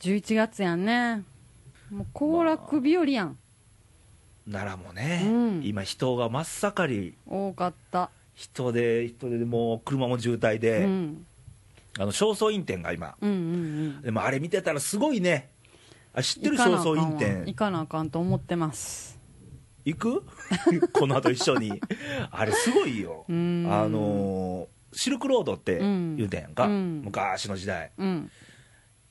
11月やんねもう行楽日和やん、奈良もね、うん今人が真っ盛り多かった、人で人でもう車も渋滞うん、うんで、あの正倉院展が今うんうんでもあれ見てたらすごいねあ知ってる行か正なあかん倉わ院展行かなあかんと思ってます行く この後一緒にあれすごいよあうんのーシルクロードって言うてんやんか、うん昔の時代うん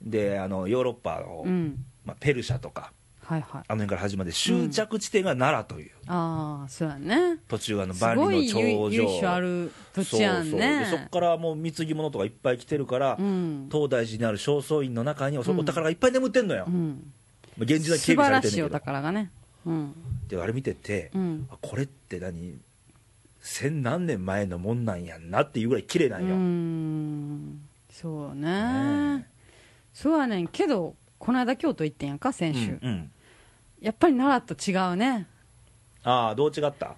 であのヨーロッパの、うんまあ、ペルシャとかはいはいあの辺から始まって終着地点が奈良という、ああそうやね途中あのす万ご里いの長由城緒ある土地やんねそうそうでそこからもう貢ぎ物とかいっぱい来てるから、うん東大寺にある正倉院の中にお,、うんお宝がいっぱい眠ってんのよ、うん、現実素は警備晴されらてんしいねんおけど宝がねうんであれ見てて、うんあこれって何千何年前のもんなんやんなっていうぐらい綺麗なうんよ、んそうねねそうやねんけどこの間京都行ってんやんかえ先週、うんうんやっぱり奈良と違うねああどう違った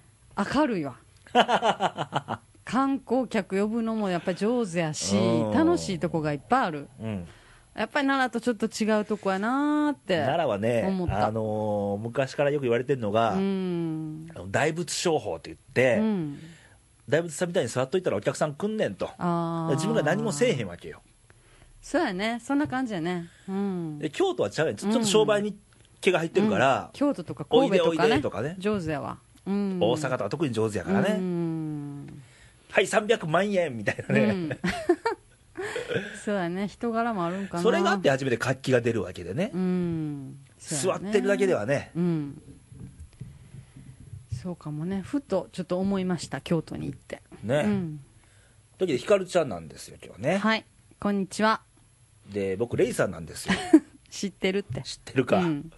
明るい わ観光客呼ぶのもやっぱ上手やしうん楽しいとこがいっぱいあるうんやっぱり奈良とちょっと違うとこやなーって奈良はね、思ったあのー昔からよく言われてるのが、うんあの大仏商法って言って、うん大仏さんみたいに座っといたらお客さん来んねんと、あー自分が何もせえへんわけよ、そうやねそんな感じやねうんで京都は違うねんちょちょっと商売に毛が入ってるから、京都とか神戸とおかいでおいねでとかね上手やわ、うん、大阪とか特に上手やからね、うんはい300万円みたいなうね、ん そうやね人柄もあるんかなそれがあって初めて活気が出るわけでね、うんそう座やっねてるだけではね、うんそうかもねふとちょっと思いました京都に行って、ね、うんというわけでひかるちゃんなんですよ今日ね、はいこんにちはで僕レイさんなん ですよ知ってるって知ってるか、うん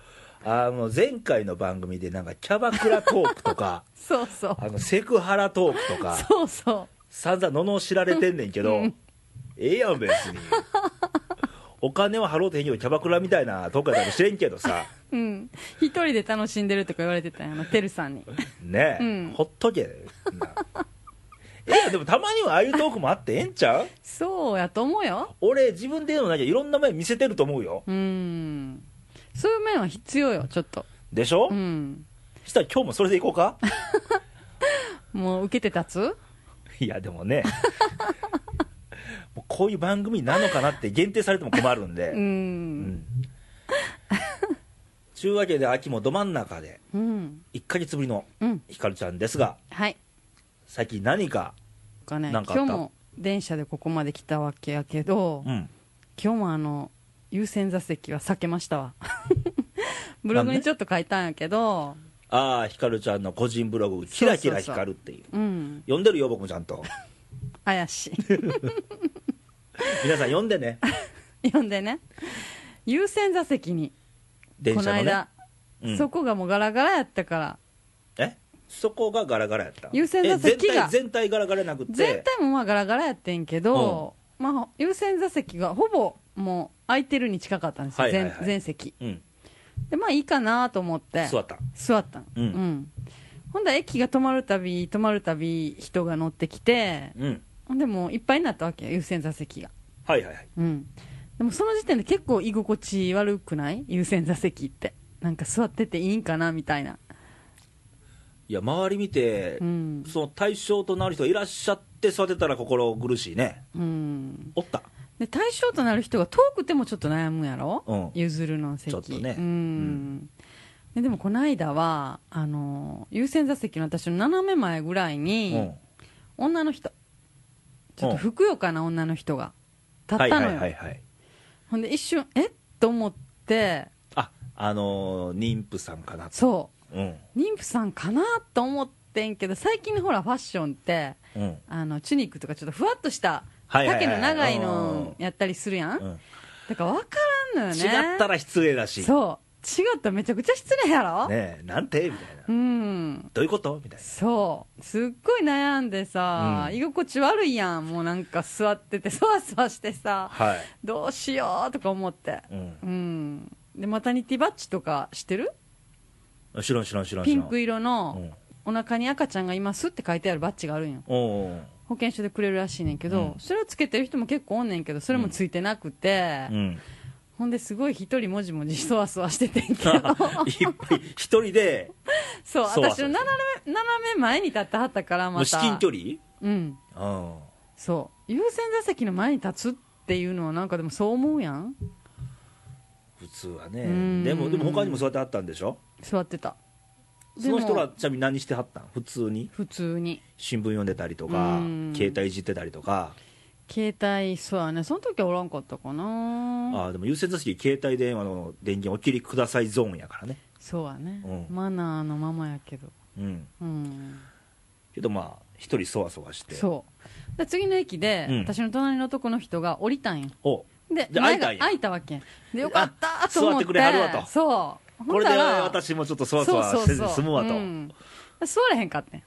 あの前回の番組でなんかキャバクラトーク とかそうそうあのセクハラトークとかそうそ散々罵られてんねんけど、ええやん別にお金は払うてへんけどキャバクラみたいなトークやったかもしれんけどさううん一人で楽しんでるとか言われてたんやなてるさんにねうえ、んほっとけそんな ええやんでもたまにはああいうトークもあってええんちゃうそうやと思うよ俺自分で言うのなんかいろんな面見せてると思うようんそういう面は必要よちょっとでしょ、うんしたら今日もそれでいこうか もう受けて立ついやでもね もうこういう番組なのかなって限定されても困るんうでうんんちゅうわけで秋もど真ん中でうん1ヶ月ぶりのうんひかるちゃんですがはい最近何かかね今なんかあった日も電車でここまで来たわけやけど、うん今日もあの優先座席は避けましたわ ブログにちょっと書いたんやけど、ああひかるちゃんの個人ブログ「キそうそラうそキうラひかる」っていううん読んでるよ僕もちゃんと怪し皆さん読んでね い読んでね優先座席に、電こ車ののね間、うんそこがもうガラガラやったからえそこがガラガラやった優先座席え全が体全体ガラガラなくて全体もまあガラガラやってんけど、まあ、優先座席がほぼもう空いてるに近かったんですよ、はいはい全はい全席うんでまあいいかなと思って座った座ったのうんほんだら駅が止まるたび止まるたび人が乗ってきてうんほんでもういっぱいになったわけよ優先座席がはいはいはいうんでもその時点で結構居心地悪くない優先座席ってなんか座ってていいんかなみたいないや周り見て、うんその対象となる人いらっしゃって座ってたら心苦しいねうんおったで対象となる人が遠くてもちょっと悩むやろ、うん譲るの席ちょっとねううんででもこの間はあの優先座席の私の斜め前ぐらいうに、ん女の人ちょっとふくよかな女の人が立はっいたはのよ、いはいはいほんで一瞬えっと思ってああのー妊婦さんかなそうんう妊婦さんかなと思ってんけど最近のほらファッションってうんあのチュニックとかちょっとふわっとしたはいはいはい丈の長いうんのやったりするやん、うんだから分からんのよ違ねったら失礼だしそう違ったらめちゃくちゃ失礼やろ、ねえなんてみたいなうんどういうことみたいそうすっごい悩んでさ、うん居心地悪いやんもうなんか座っててそわそわしてさ、なはいどうしようとか思ってうんうんでマタニティバッジとかしてる知らん知らん知らん知ピらんンク色うのんお腹に赤ちゃんがいますって書いてあるバッジがあるんよおう保険証でくれるらしいねんけど、うんそれをつけてる人も結構おんねんけどそれもついてなくて、おううんほんですごい一人もじもじそわそわしててんけ どいっぱい一人でそうそわそわ私の斜め斜め前に立ってはったからもまうた至近距離うんうんそう優先座席の前に立つっていうのはなんかでもそう思うやん普通はうんねでもでも他にも座ってあったんでしょ座ってたそでのも人らちなみに何してはったん普通に普通に新聞読んでたりとかうん携帯いじってたりとか携帯そうやねその時はおらんかったかなあーでも優先座席携帯電話の電源お切りくださいゾーンやからねそうやね、うんマナーのままやけどうんうんけどまあ一人そわそわしてそうで次の駅で、うん私の隣の男の人が降りたんよおでで前開いがたんや開いたわけでよかったと思ってあ座ってくれはるわとそうこれで私もちょっとそわそわせずに済むわとうん座れへんかってん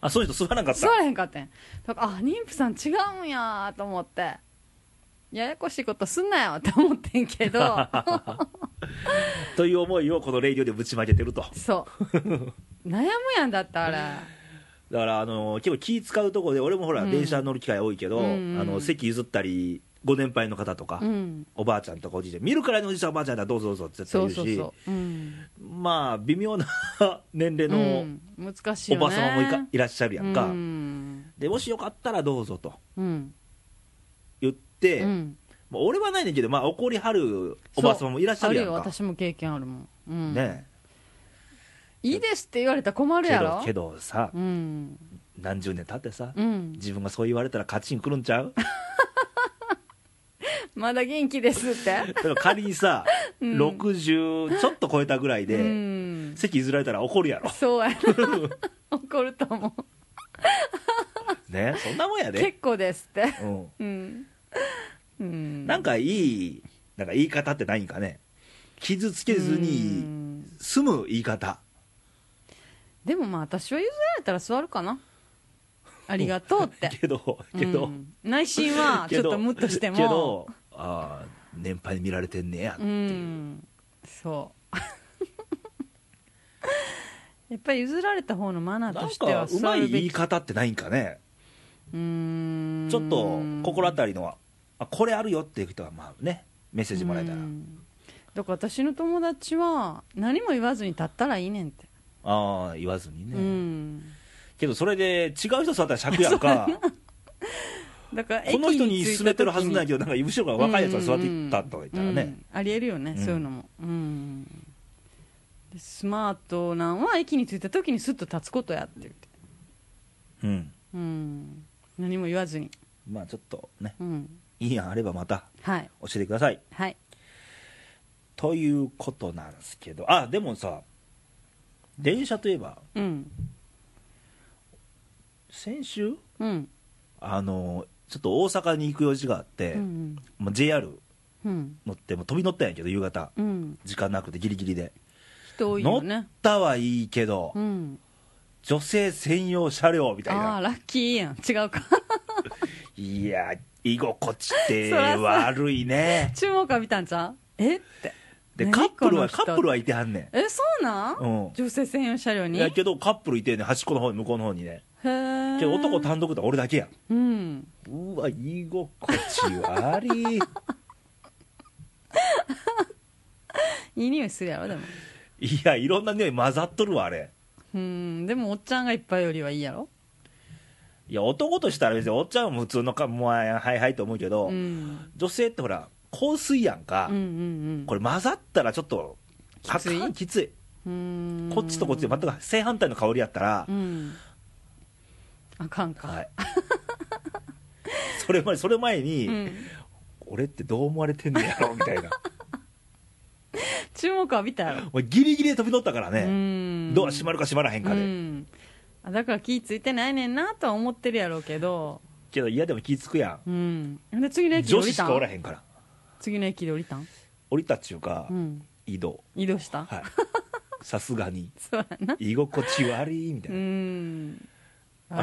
あそういう人座らなかった座れへんかってんだからあ妊婦さん違うんやと思ってややこしいことすんなよって思ってんけ どという思いをこのレイディオでぶちまけてるとそう悩むやんだったあれだからあの結構気使うとこで俺もほら、うん電車乗る機会多いけど、うんうんあの席譲ったりご年配の方とか、うんおばあちゃんとかおじいちゃん見るからにおじいちゃんおばあちゃんだどうぞどうぞって絶対そ言ううしそうそう、うんまあ微妙な 年齢うのん難しいおよねばさまもいかいらっしゃるやんか、うんでもしよかったらどうぞとうん言って、うんもう俺はないねんけど、まあ、怒りはるおばあさまもいらっしゃあるるやよんか私も経験あるもん、うん、ねいいですって言われたら困るけやどろけどさ、うん何十年経ってさ、うん自分がそう言われたらカチンくるんちゃう まだ元気ですってだから仮にさ、うん60ちょっと超えたぐらいで、うん席譲られたら怒るやろそうや な怒ると思うねそんなもんやで、結構ですってうん、うんうんなんかいいなんか言い方ってないんかね傷つけずうにん済む言い方でもまあ私は譲られたら座るかなありがとうってけどけど、うん内心はちょけっどとムッとしてもけどああ年配に見られてんねやってういう、んそう やっぱり譲られた方のマナーなとんしてかはうまい言いち方ってないんかねちょょっと心当たりのはあこれあるよっていう人はまあねメッセージもらえたらだから私の友達は何も言わずに立ったらいいねんって、ああ言わずにね、うんけどそれで違う人座ったら尺や んかだからこの人に駅着いた時勧めてるはずないけどなんか後ろから若いやつが座っていったとか言ったらうんうねんありえるよね、うんそういうのも、うん、でスマートなんは駅に着いた時にスッと立つことやって言って、うんうん、何も言わずに、まあちょっとねうん、いい案あればまたはい教えてくださいはいということなんですけどあでもさ電車といえばうん先週うんあのちょっと大阪に行く用事があって、うんもう JR うん乗ってもう飛び乗ったんやけど夕方うん時間なくてギリギリで、人多い乗よっねたはいいけど、うん女性専用車両みたいああなーラッキーやん違うか いや居心地ってそらそう悪いね注目浴びたんちゃうえってで何カップルこのは人カップルはいてはんねえそうなん、んうん女性専用車両にいへやけどカップルいてんねん端っこの方に向こうの方にねえけど男単独だ俺だけやんうんうわ居心地悪 いいい匂いするやろでもいやいろんな匂い混ざっとるわあれうんでもおっちゃんがいっぱいよりはいいやろいや男としたら別におっちゃんは普通のかもうはいはいと思うけど、うん女性ってほら香水やんか、うんうんこれ混ざったらちょっときついあかんきついうんこっちとこっちで全く正反対の香りやったら、うんあかんか、 はいそれ前それ前に、うん、俺ってどう思われてんのやろみたいな注目浴びたやろ俺ギリギリで飛び乗ったからうね、んドア閉まるか閉まらへんかで、うん、あだから気ついてないねんなとは思ってるやろうけど、けど嫌でも気つくやうん、で次のん駅で女降子りしたかおらんへんから次の駅で降りたん、降りたっちゅうか、うん、移動移動した、 はいさすがにそうやな居心地悪いみたいうな、んあ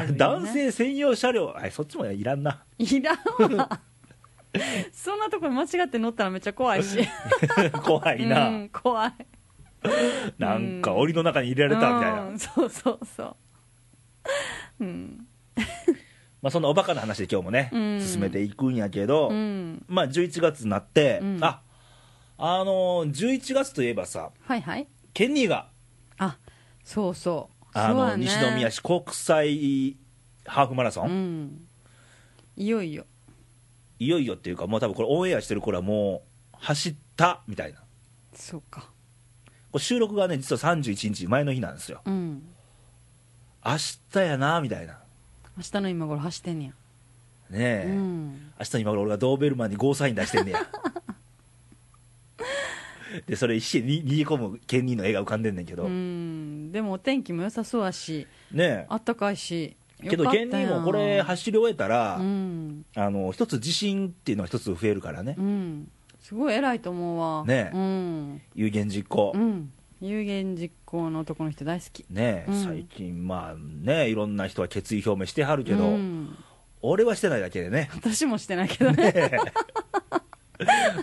るれよね男性専用車両あそっちもいらん ないらんわそんなとこ間違って乗ったらめっちゃ怖いし怖いな、うん、怖いなんか檻の中に入れられたみたいな、うんそうそうそううんまあ、そんなおバカな話で今日もね、うん進めていくんやけど、うんまあ11月になって、うんああのー11月といえばさはいはいケニーがあそうそうあそうの、やね西宮市国際ハーフマラソン、うんいよいよいよいよっていうかもう多分これオンエアしてる頃はもう走ったみたいなそうかこれ収録がね実は31日前の日なんですようん明日やなみたいな明日の今頃走ってんねねや、え、うん明日今頃俺がドーベルマンにゴーサイン出してん ねやでそれ一に逃げ込むケニーの絵が浮かんでんねんけど、うんでもお天気も良さそうやしねあったかいしえけどケニーもこれっ走り終えたら、たうん、あの一つ自信っていうのが一つ増えるからねうん、すごい偉いと思うわねえうん、有言実行、うん、有言実行の男の人大好きねえ、うん最近まあねいろんな人は決意表明してはるけど、うん俺はしてないだけでね私もしてないけどねねえ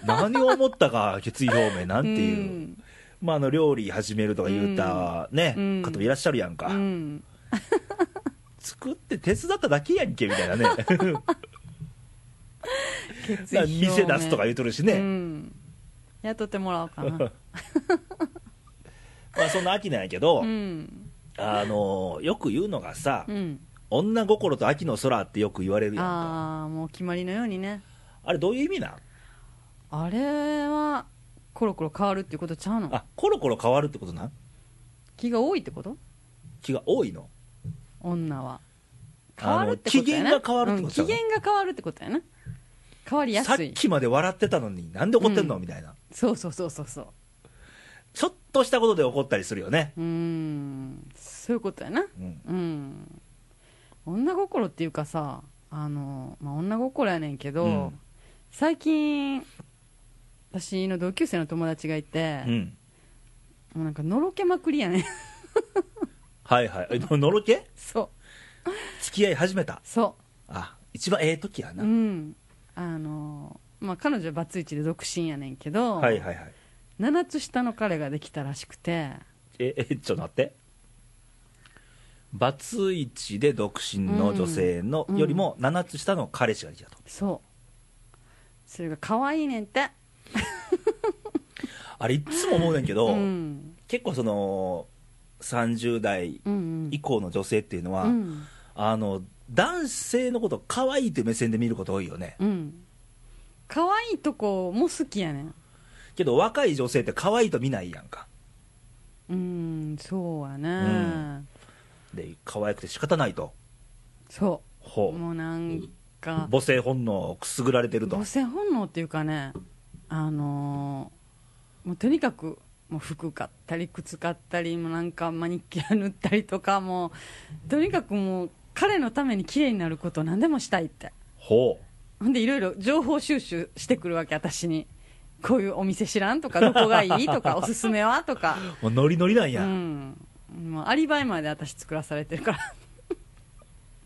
何を思ったか決意表明なんていう、うんまあ、あの料理始めるとか言うた、ねうん方もいらっしゃるやんか、うん作って手伝っただけやんけみたいな ねだか決意ら表明店出すとか言うとるしね、うん、雇ってもらおうかな まあそんな秋なんやけど、うんあのよく言うのがさ、うん女心と秋の空ってよく言われるやんかああもう決まりのようにねあれどういう意味なんあれはコロコロ変わるっていうことちゃうのあコロコロ変わるってことなん気が多いってこと気が多いの女は変わあるっのてこと機や嫌なが変わるってうこんと機だよ嫌が変わるってことやな変わりやさっすいきまで笑ってたのになんで怒ってんの、うんみたいなそうそうそうそうそうちょっとしたことで怒ったりするよね、うーんそういうことやなうん、うん女心っていうかさあの、まあ、女心やねんけど、うん最近私の同級生の友達がいて、うんもうなんかのろけまくりやねん はいはいえののろけそう付き合い始めたそあ一番ええ時やうな、うんあのまあ彼女はバツイチで独身やねんけど、はいはいはい7つ下の彼ができたらしくてえ えちょっと待ってバツイチで独身の女性のうんよりも7つ下の彼氏がいたと、そうそれが可愛いねんってあれいっつも思うねんけど、ん、結構その30代うんうん以降の女性っていうのは、うんあの男性のこと可愛いという目線で見ること多いよねうん可愛いとこも好きやねんけど若い女性って可愛いと見ないやんかうんそうやね、んで可愛くて仕方ないとそほううもうなんか母性本能をくすぐられてると母性本能っていうかねあのーもうとにかくもう服買ったり靴買ったりもうなんかマニキュア塗ったりとかもうとにかくもう彼のために綺麗になることを何でもしたいってほほんでいろいろ情報収集してくるわけ私にこういうお店知らんとかどこがいいと かおすすめはとかうもうノリノリなんうや、んもうアリバイまで私作らされてるから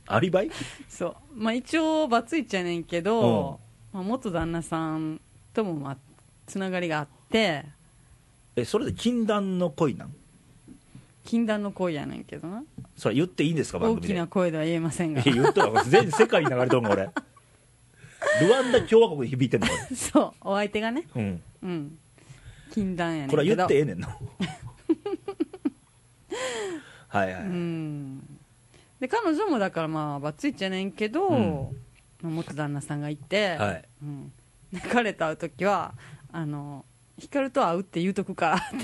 アリバイそうまあ一応バツイチやねんけど、まあ、元旦那さんともまあつながりがあってえそれで禁断の恋なん禁断の恋やねんけどなそれ言っていいんですか番大組きでな声では言えません がいや言ったら全世界に流れとんが 俺ルワンダ共和国に響いてんのこそうお相手がねれ,、うん、うん禁断やねんけこどれは言ってええね んのはいはい、うんで彼女もだからまあバツイチやねんけど、うんまあ元旦那さんがいて、はいうん、で彼と会う時はあの光と会うって言うとくからって、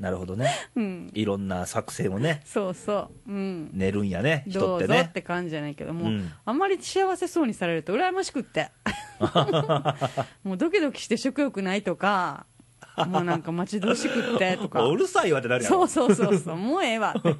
なるほどねうん、いろんな作戦をねそうそう、うん、練るんやね人どっうてぞねって感じじゃないけども、うんあんまり幸せそうにされると羨ましくって もうドキドキして食欲ないとかもうなんか待ち遠しくってとか もううるさいわってなるやんそうそうそう そうもうええわって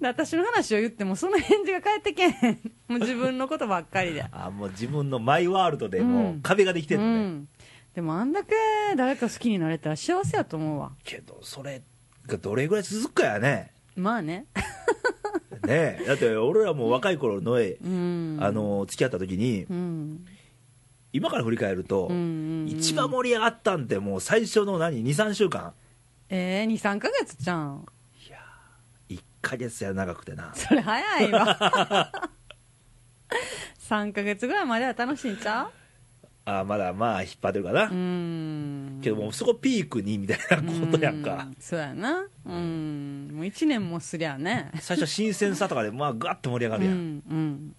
で私の話を言ってもその返事が返ってけえへんもう自分のことばっかりで、あもう自分のマイワールドでもううん壁ができてうるのね、ん、でもあんだけ誰か好きになれたら幸せやと思うわけどそれがどれぐらい続くかやねまあねねえだって俺らも若い頃の、えうんあの付き合った時にうん今から振り返ると、うんうんうん一番盛り上がったんってもう最初の何23週間ええ23か月じゃん1ヶ月や長くてなそれ早いわ3ヶ月ぐらいまでは楽しいんちゃうあーまだまあ引っ張ってるかな、うんけどもうそこピークにみたいなことやんか、うそうやなうんもう1年もすりゃね最初は新鮮さとかでまあガッと盛り上がうるやん、んうん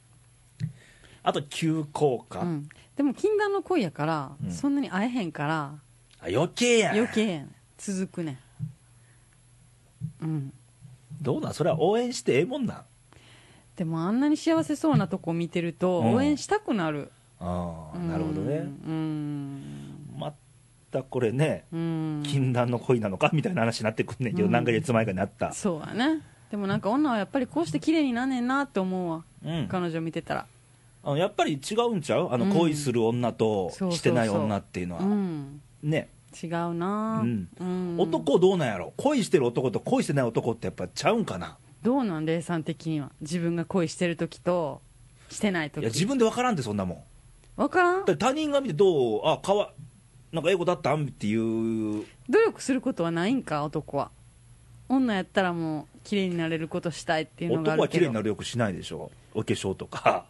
あと急降下、うんでも禁断の恋やから、うんそんなに会えへんからあ余計やん余計やねん続くねんうんどうなんそれは応援してええもんなんでもあんなに幸せそうなとこ見てるとうん応援したくなる、ああなるほどうねんまたこれねうん禁断の恋なのかみたいな話になってくんねんけど、うん何ヶ月前かになったそうやねでもなんか女はやっぱりこうして綺麗になんねんなって思うわ、うん彼女見てたらあのやっぱり違うんちゃうあのうん恋する女そとうそうそうしてない女っていうのは、うんね違うなうんうん男どうなんやろ恋してる男と恋してない男ってやっぱちゃうんかなどうなん霊さん的には自分が恋してる時としてないい時や自分で分からんってそんなもん分からんだって他人が見てどうあかわなんか英語だったんっていう努力することはないんか男は女やったらもう綺麗になれることしたいっていうのがあ男はるけ綺ど麗になるよくしないでしょお化粧とか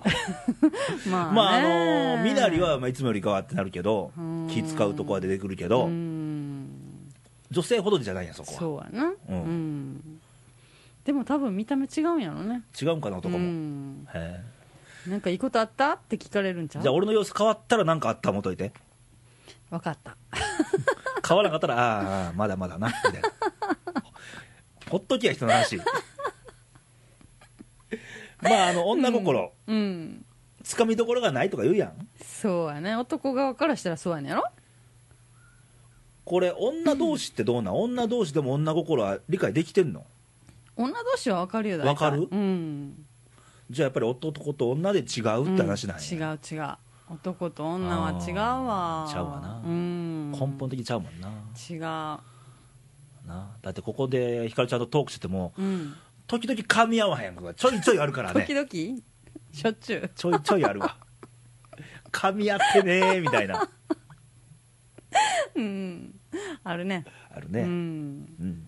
まあ、ね、 まああの身なりはまあいつもよりかはってなるけどうん気使うとこは出てくるけど、うん女性ほどじゃないやんそこはそうやなううんん、でも多分見た目違うんやろね違うんかな男も、うんへなんかいいことあったって聞かれるんちえゃうじゃあ俺の様子変わったら何かあったらもといて分かった変わらなかったらああああまだまだなみたいなほっときや人の話まああの女心、うんつかみどころがないとか言うやんそうやね男側からしたらそうやねんやろこれ女同士ってどうなん、女同士でも女心は理解できてんの女同士は分かるよ大体分かるうんじゃあやっぱり男と女で違うって話なんや、うん違う違う男と女は違うわあーちゃうわなうん根本的にちゃうもんな違うなだってここでひかるちゃんとトークしててもうん時々噛み合わへんことがちょいちょいあるからね時々しょっちゅうちょいちょいあるわ噛み合ってねーみたいなうんあるねあるね、ううんん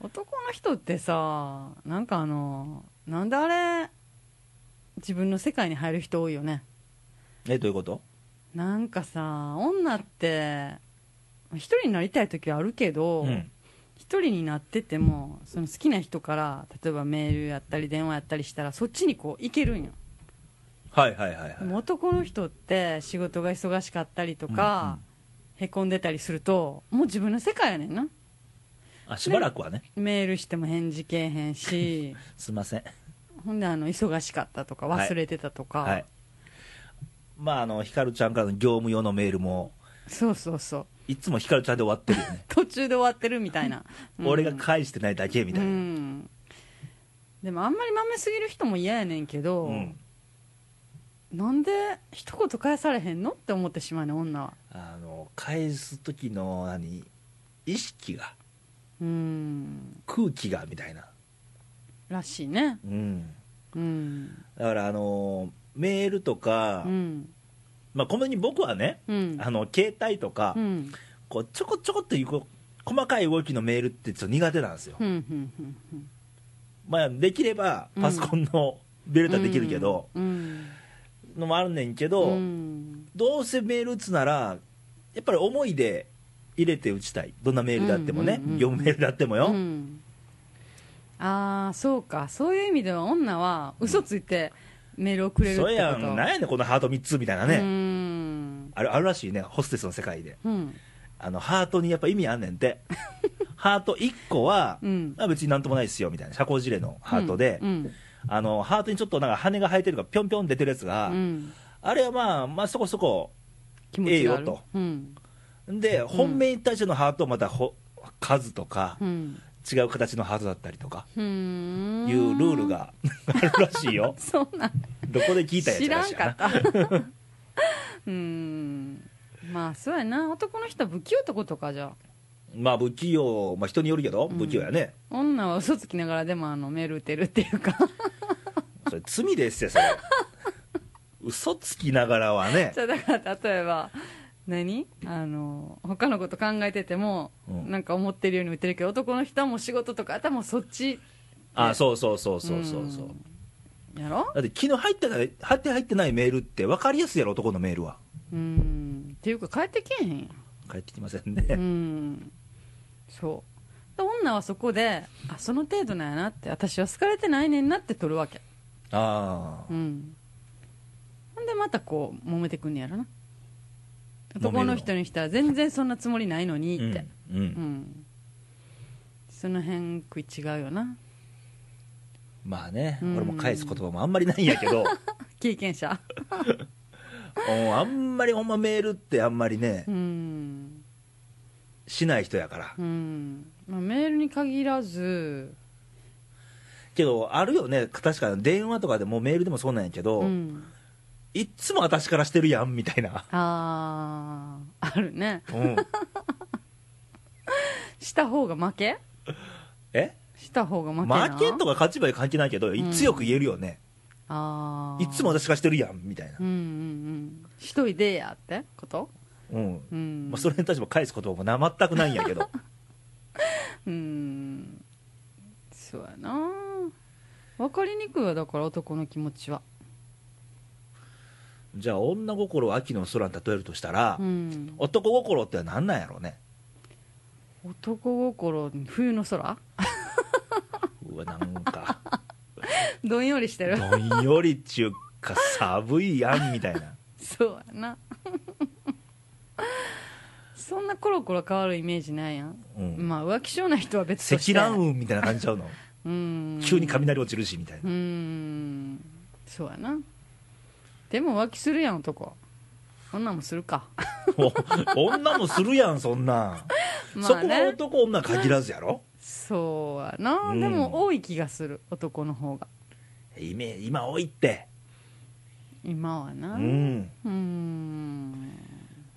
男の人ってさなんかあのなんであれ自分の世界に入る人多いよねえどういうことなんかさ女って一人になりたい時はあるけど、うん一人になっててもその好きな人から例えばメールやったり電話やったりしたらそっちにこう行けるんよはいはいはいはいでも男の人って仕事が忙しかったりとか、へこんでたりするともう自分の世界やねんなあしばらくはねメールしても返事けえへん しすいませんほんであの忙しかったとか忘れてたとか、はいまああのひかるちゃんからの業務用のメールもそうそうそういつもひかるちゃんで終わってるよね途中で終わってるみたいな、 うん 俺が返してないだけみたいうな、んでもあんまり豆すぎる人も嫌やねんけど、うんなんで一言返されへんのって思ってしまうねん女はあの返す時の何意識がうん空気がみたいならしいねうんうんだからあのメールとか、うんまあこのに僕はねうんあの携帯とか、うんこうちょこちょこっというこう細かい動きのメールってちょっと苦手なんですよ、ふんふんふんふんまあ、できればパソコンのベルタできるけど、うんのもあるねんけうど、んどうせメール打つならやっぱり思いで入れて打ちたいどんなメールであってもね、うんうんうん業務メールであってもよ、うんああそうかそういう意味では女は嘘ついてメールをくれるってそことうやんなんやねんこのハート3つみたいなね、うんあるあるらしいねホステスの世界でうんあのハートにやっぱ意味あんね んてハート1個は、うんまあ、別になんともないですよみたいな社交辞令のハートで、うんあのハートにちょっとなんか羽が生えてるかぴょんぴょん出てるやつうが、んあれはまあまあそこそこ気持ちがあええよるとうんで本命に対してのハートはまたほ数とかうん違う形のハートだったりとかふーんいうルールが あるらしいよそうなんどこで聞いたや知つららんしいかっなた うんまあそうやな男の人は不器用ってことかじゃあまあ不器用まあ人によるけどうん不器用やね、女は嘘つきながらでもあのメール打てるっていうかそれ罪です よそれ嘘つきながらはねじゃあだから例えば何あの他のこと考えてても、うんなんか思ってるように打てるけど男の人はもう仕事とか頭そっちあそうそうそうそうそうそう、うんやろだって昨日入ってない入って入ってないメールって分かりやすいやろ男のメールはうんっていうか帰ってけえへんやん帰ってきませんうね、んそうで女はそこであその程度なんやなって私は好かれてないねんなって取るわけああうんほんでまたこう揉めてくんねやろな揉めるの男の人にしたら全然そんなつもりないのにうんってうん、うん、その辺食い違うよなまあね、うん俺も返す言葉もあんまりないんやけど経験者うんあんまりほんまメールってあんまりねうんしない人やからうん、まあ、メールに限らずけどあるよね確かに電話とかでもメールでもそうなんやけど、うんいっつも私からしてるやんみたいなあーあるね うんした方が負けえした方が負けな負けとか勝ち負け関係ないけど、ん強く言えるよね、あーいつも私がしてるやんみたいなう、んうんうん一人でやってことうんうん、まあ、それに対しても返す言葉もな全くないん やけど、うんそうやな分かりにくいわだから男の気持ちはじゃあ、女心を秋の空に例えるとしたら、うん男心って何なんやろうね、男心冬の空うわ、なんか、 どんよりしてるどんよりっちゅうか、寒いやんみたいな、そうやなそんなコロコロ変わるイメージないやん、うんまあ浮気性な人は別として積乱雲みたいな感じちゃうの、うん急に雷落ちるしみたいうな、んそうやなでも浮気するやん男女もする かお女もするやん、そんなん、まあねそこは男、女限らずやろ。そうやな、うんでも多い気がする男の方がイメ今多いって、今はなうん、うーん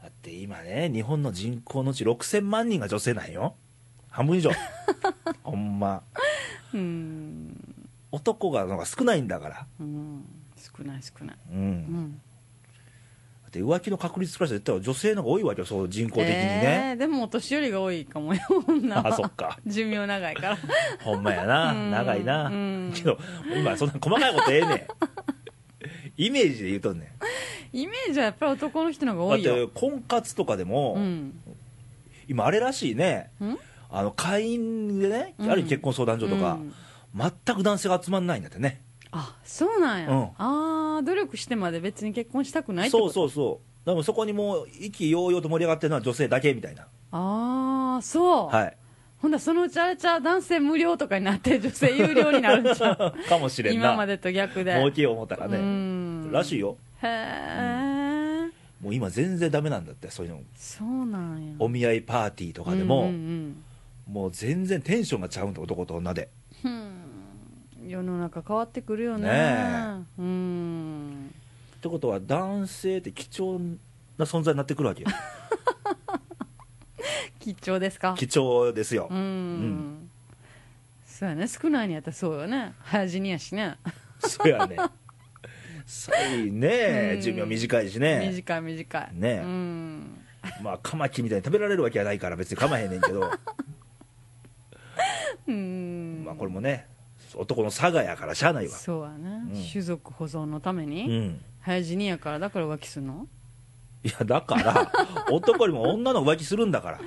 だって今ね日本の人口のうち6000万人が女性なんよ半 分以上ほんまうーん男がのが少ないんだからうん少ない少ないうん、うんだって浮気の確率からして言ったら女性の方が多いわけよそう人口的にえね、ーでもお年寄りが多いかもよ女はあそっか寿命長いからほんまやなうん 長いなうんけど今そんな細かいことええねん イメージで言うとんねんイメージはやっぱり男の人の方がだ多っいよて婚活とかでも、うん今あれらしいねんあの会員でね、うんある結婚相談所とか、うん全く男性が集まんないんだってねあそうなんや、うんああ努力してまで別に結婚したくないってこそとうそうそうでもそこにもう意気揚々と盛り上がってるのは女性だけみたいなああそう、 はいほんだらそのうちあれちゃう男性無料とかになって女性有料になるんち ゃうかもしれんな今までと逆で儲けよう思ったらうねんらしいよへえ、もう今全然ダメなんだってそういうのそうなんやお見合いパーティーとかでも、うんうんもう全然テンションがちゃうんだ男と女でうん世の中変わってくるよねねうんってことは男性って貴重な存在になってく るわけよ貴重ですか貴重ですよ、うん、そうやね少ないにやったらそうよね早死にやしねそうや ね最いねうん寿命短いしね短い短いねうんまあカマキリみたいに食べられるわけはないから別にかまへんねんけどうんまあこれもね男の差がやからしゃあないわそうやね、うん種族保存のために、うん早死にやからだから浮気するのいやだから男にも女の浮気するんだから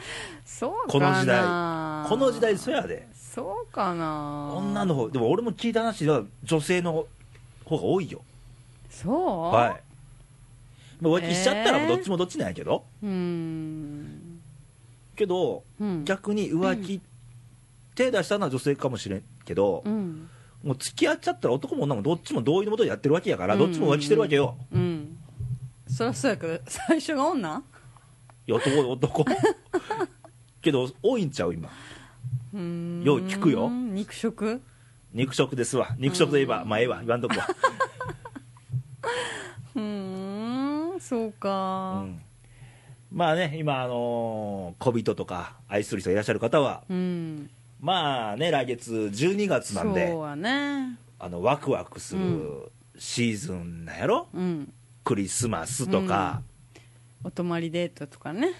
そうこかなの時代この時代そやでそうかな女の方でも俺も聞いた話では女性の方が多いよそうはい、まあ、浮気しちゃったらもうえーどっちもどっちなんやけど、うーんけどうん逆に浮気、手出したのは女性かもしれんけどう、んもう付き合っちゃったら男も女もどっちも同意のもとでやってるわけやから、うんうんどっちも浮気してるわけようんそりゃそうやけど最初が女いや男男 けど多いんちゃう今うーんよう聞くよ肉食肉食ですわ肉食といえば、まあええわ言わんとこはうーん そうかうんまあね、今、あのー小人とか愛する人いらっしゃる方は、うん、まあね、来月12月なんで、そうやねあのワクワクすうるシーズンなんやろ、うんクリスマスとか、お泊まりデートとかね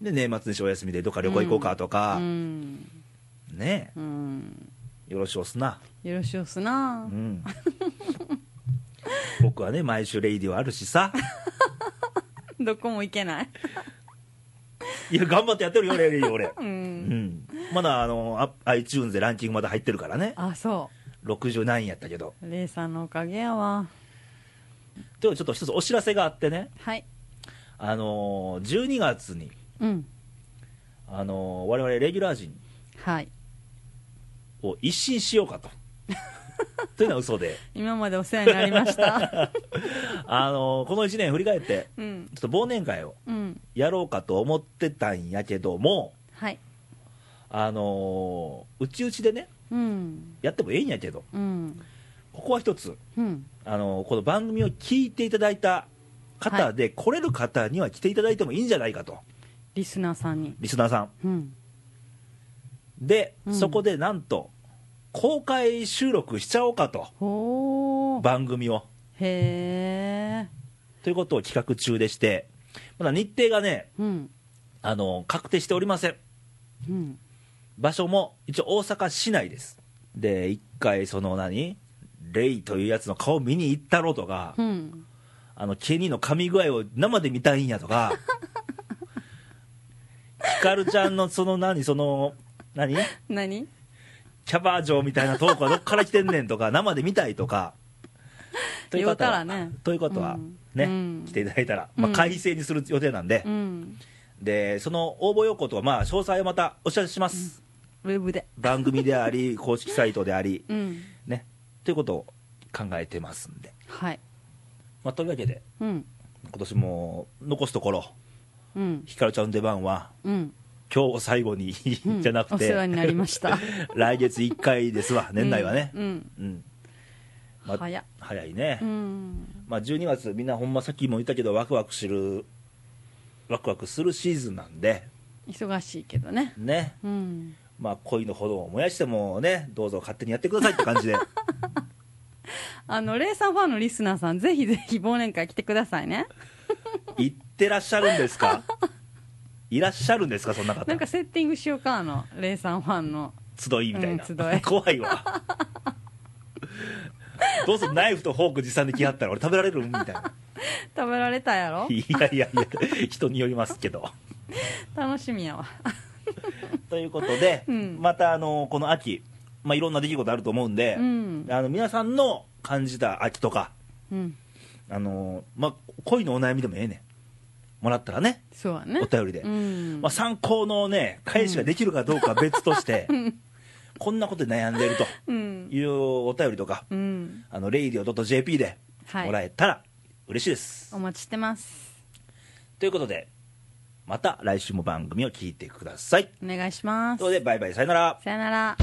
で年末年始お休みでどっか旅行行こうかとうか、んね、うんよろしおすな、よろしおすなう、 ん、 僕はね、毎週、レイディオあるしさ、どこも行けないいや頑張ってやってるよ俺より 俺ううんんまだあのあ iTunes でランキングまだ入ってるからねあそ60何位やったけどうレイさんのおかげやわというちょっと一つお知らせがあってねはいあのー12月にうんあのー我々レギュラー陣はいを一新しよう かとというのは嘘で今までお世話になりました あのーこの1年振り返ってうんちょっと忘年会をうんやろうかと思ってたんやけどもはいあのーうちうちでねうんやってもええんやけどうんここは一つうんあのこの番組を聞いていただいた方で、来れる方には来ていただいてもいいんじゃないかとリスナーさんにリスナーさんうんで、うんそこでなんと公開収録しちゃおうかとほー番組をへえということを企画中でしてまだ日程がねうんあの確定しておりませんうん場所も一応大阪市内ですで一回その何レイというやつの顔見に行ったろとか、うんあのケニーの噛み具合を生で見たいんやとかヒカルちゃんのその何その何何キャバ嬢みたいなトークはどっから来てんねんとか生で見たいとかという言う方たらは、ねということはうんね、うん来ていただいたら、まうあ、ん改正にする予定なんでう、んでその応募要項とか、まあ、詳細はまたお知らせします、ウェブで番組であり公式サイトでありうんねということを考えてますんで、はいまあ、というわけでうん今年も残すところうんヒカルちゃんの出番はうん今日を最後にうんじゃなくおて、世話になりました 来月1回ですわ年内はねうんうんうん、ま早っ早いね、うんまあ、12月みんなほんまさっきも言ったけどワクワクするワクワクするシーズンなんで忙しいけどねねうんまあ恋の炎を燃やしてもねどうぞ勝手にやってくださいって 感じであのレイさんファンのリスナーさんぜひぜひ忘年会来てください ね行ってらっしゃるんですかいらっしゃるんですかそんな方なんかセッティングしようかあのレイさんファンの集いみたいうな、ん集い 怖い わどうぞナイフとフォーク持参で来はったら俺食べられるみたいな食べられたや ろいやいやいや、人によりますけど。楽しみやわ ということで、うんまたあのこの秋、まあ、いろんな出来事あると思うんで、うんあの皆さんの感じた秋とか、うんあのまあ、恋のお悩みでもええねん、もらったらね、そうやねお便りで、うんまあ、参考の、ね、返しができるかど うかは別として、こんなことで悩んでるうとんいうお便りとか、うんあの radio.jp ではいもらえたら嬉しいです。お待ちしてますということで、また来週も番組を聞いてください。お願いしまといすうことで、バイバイ、さよなら。さよなら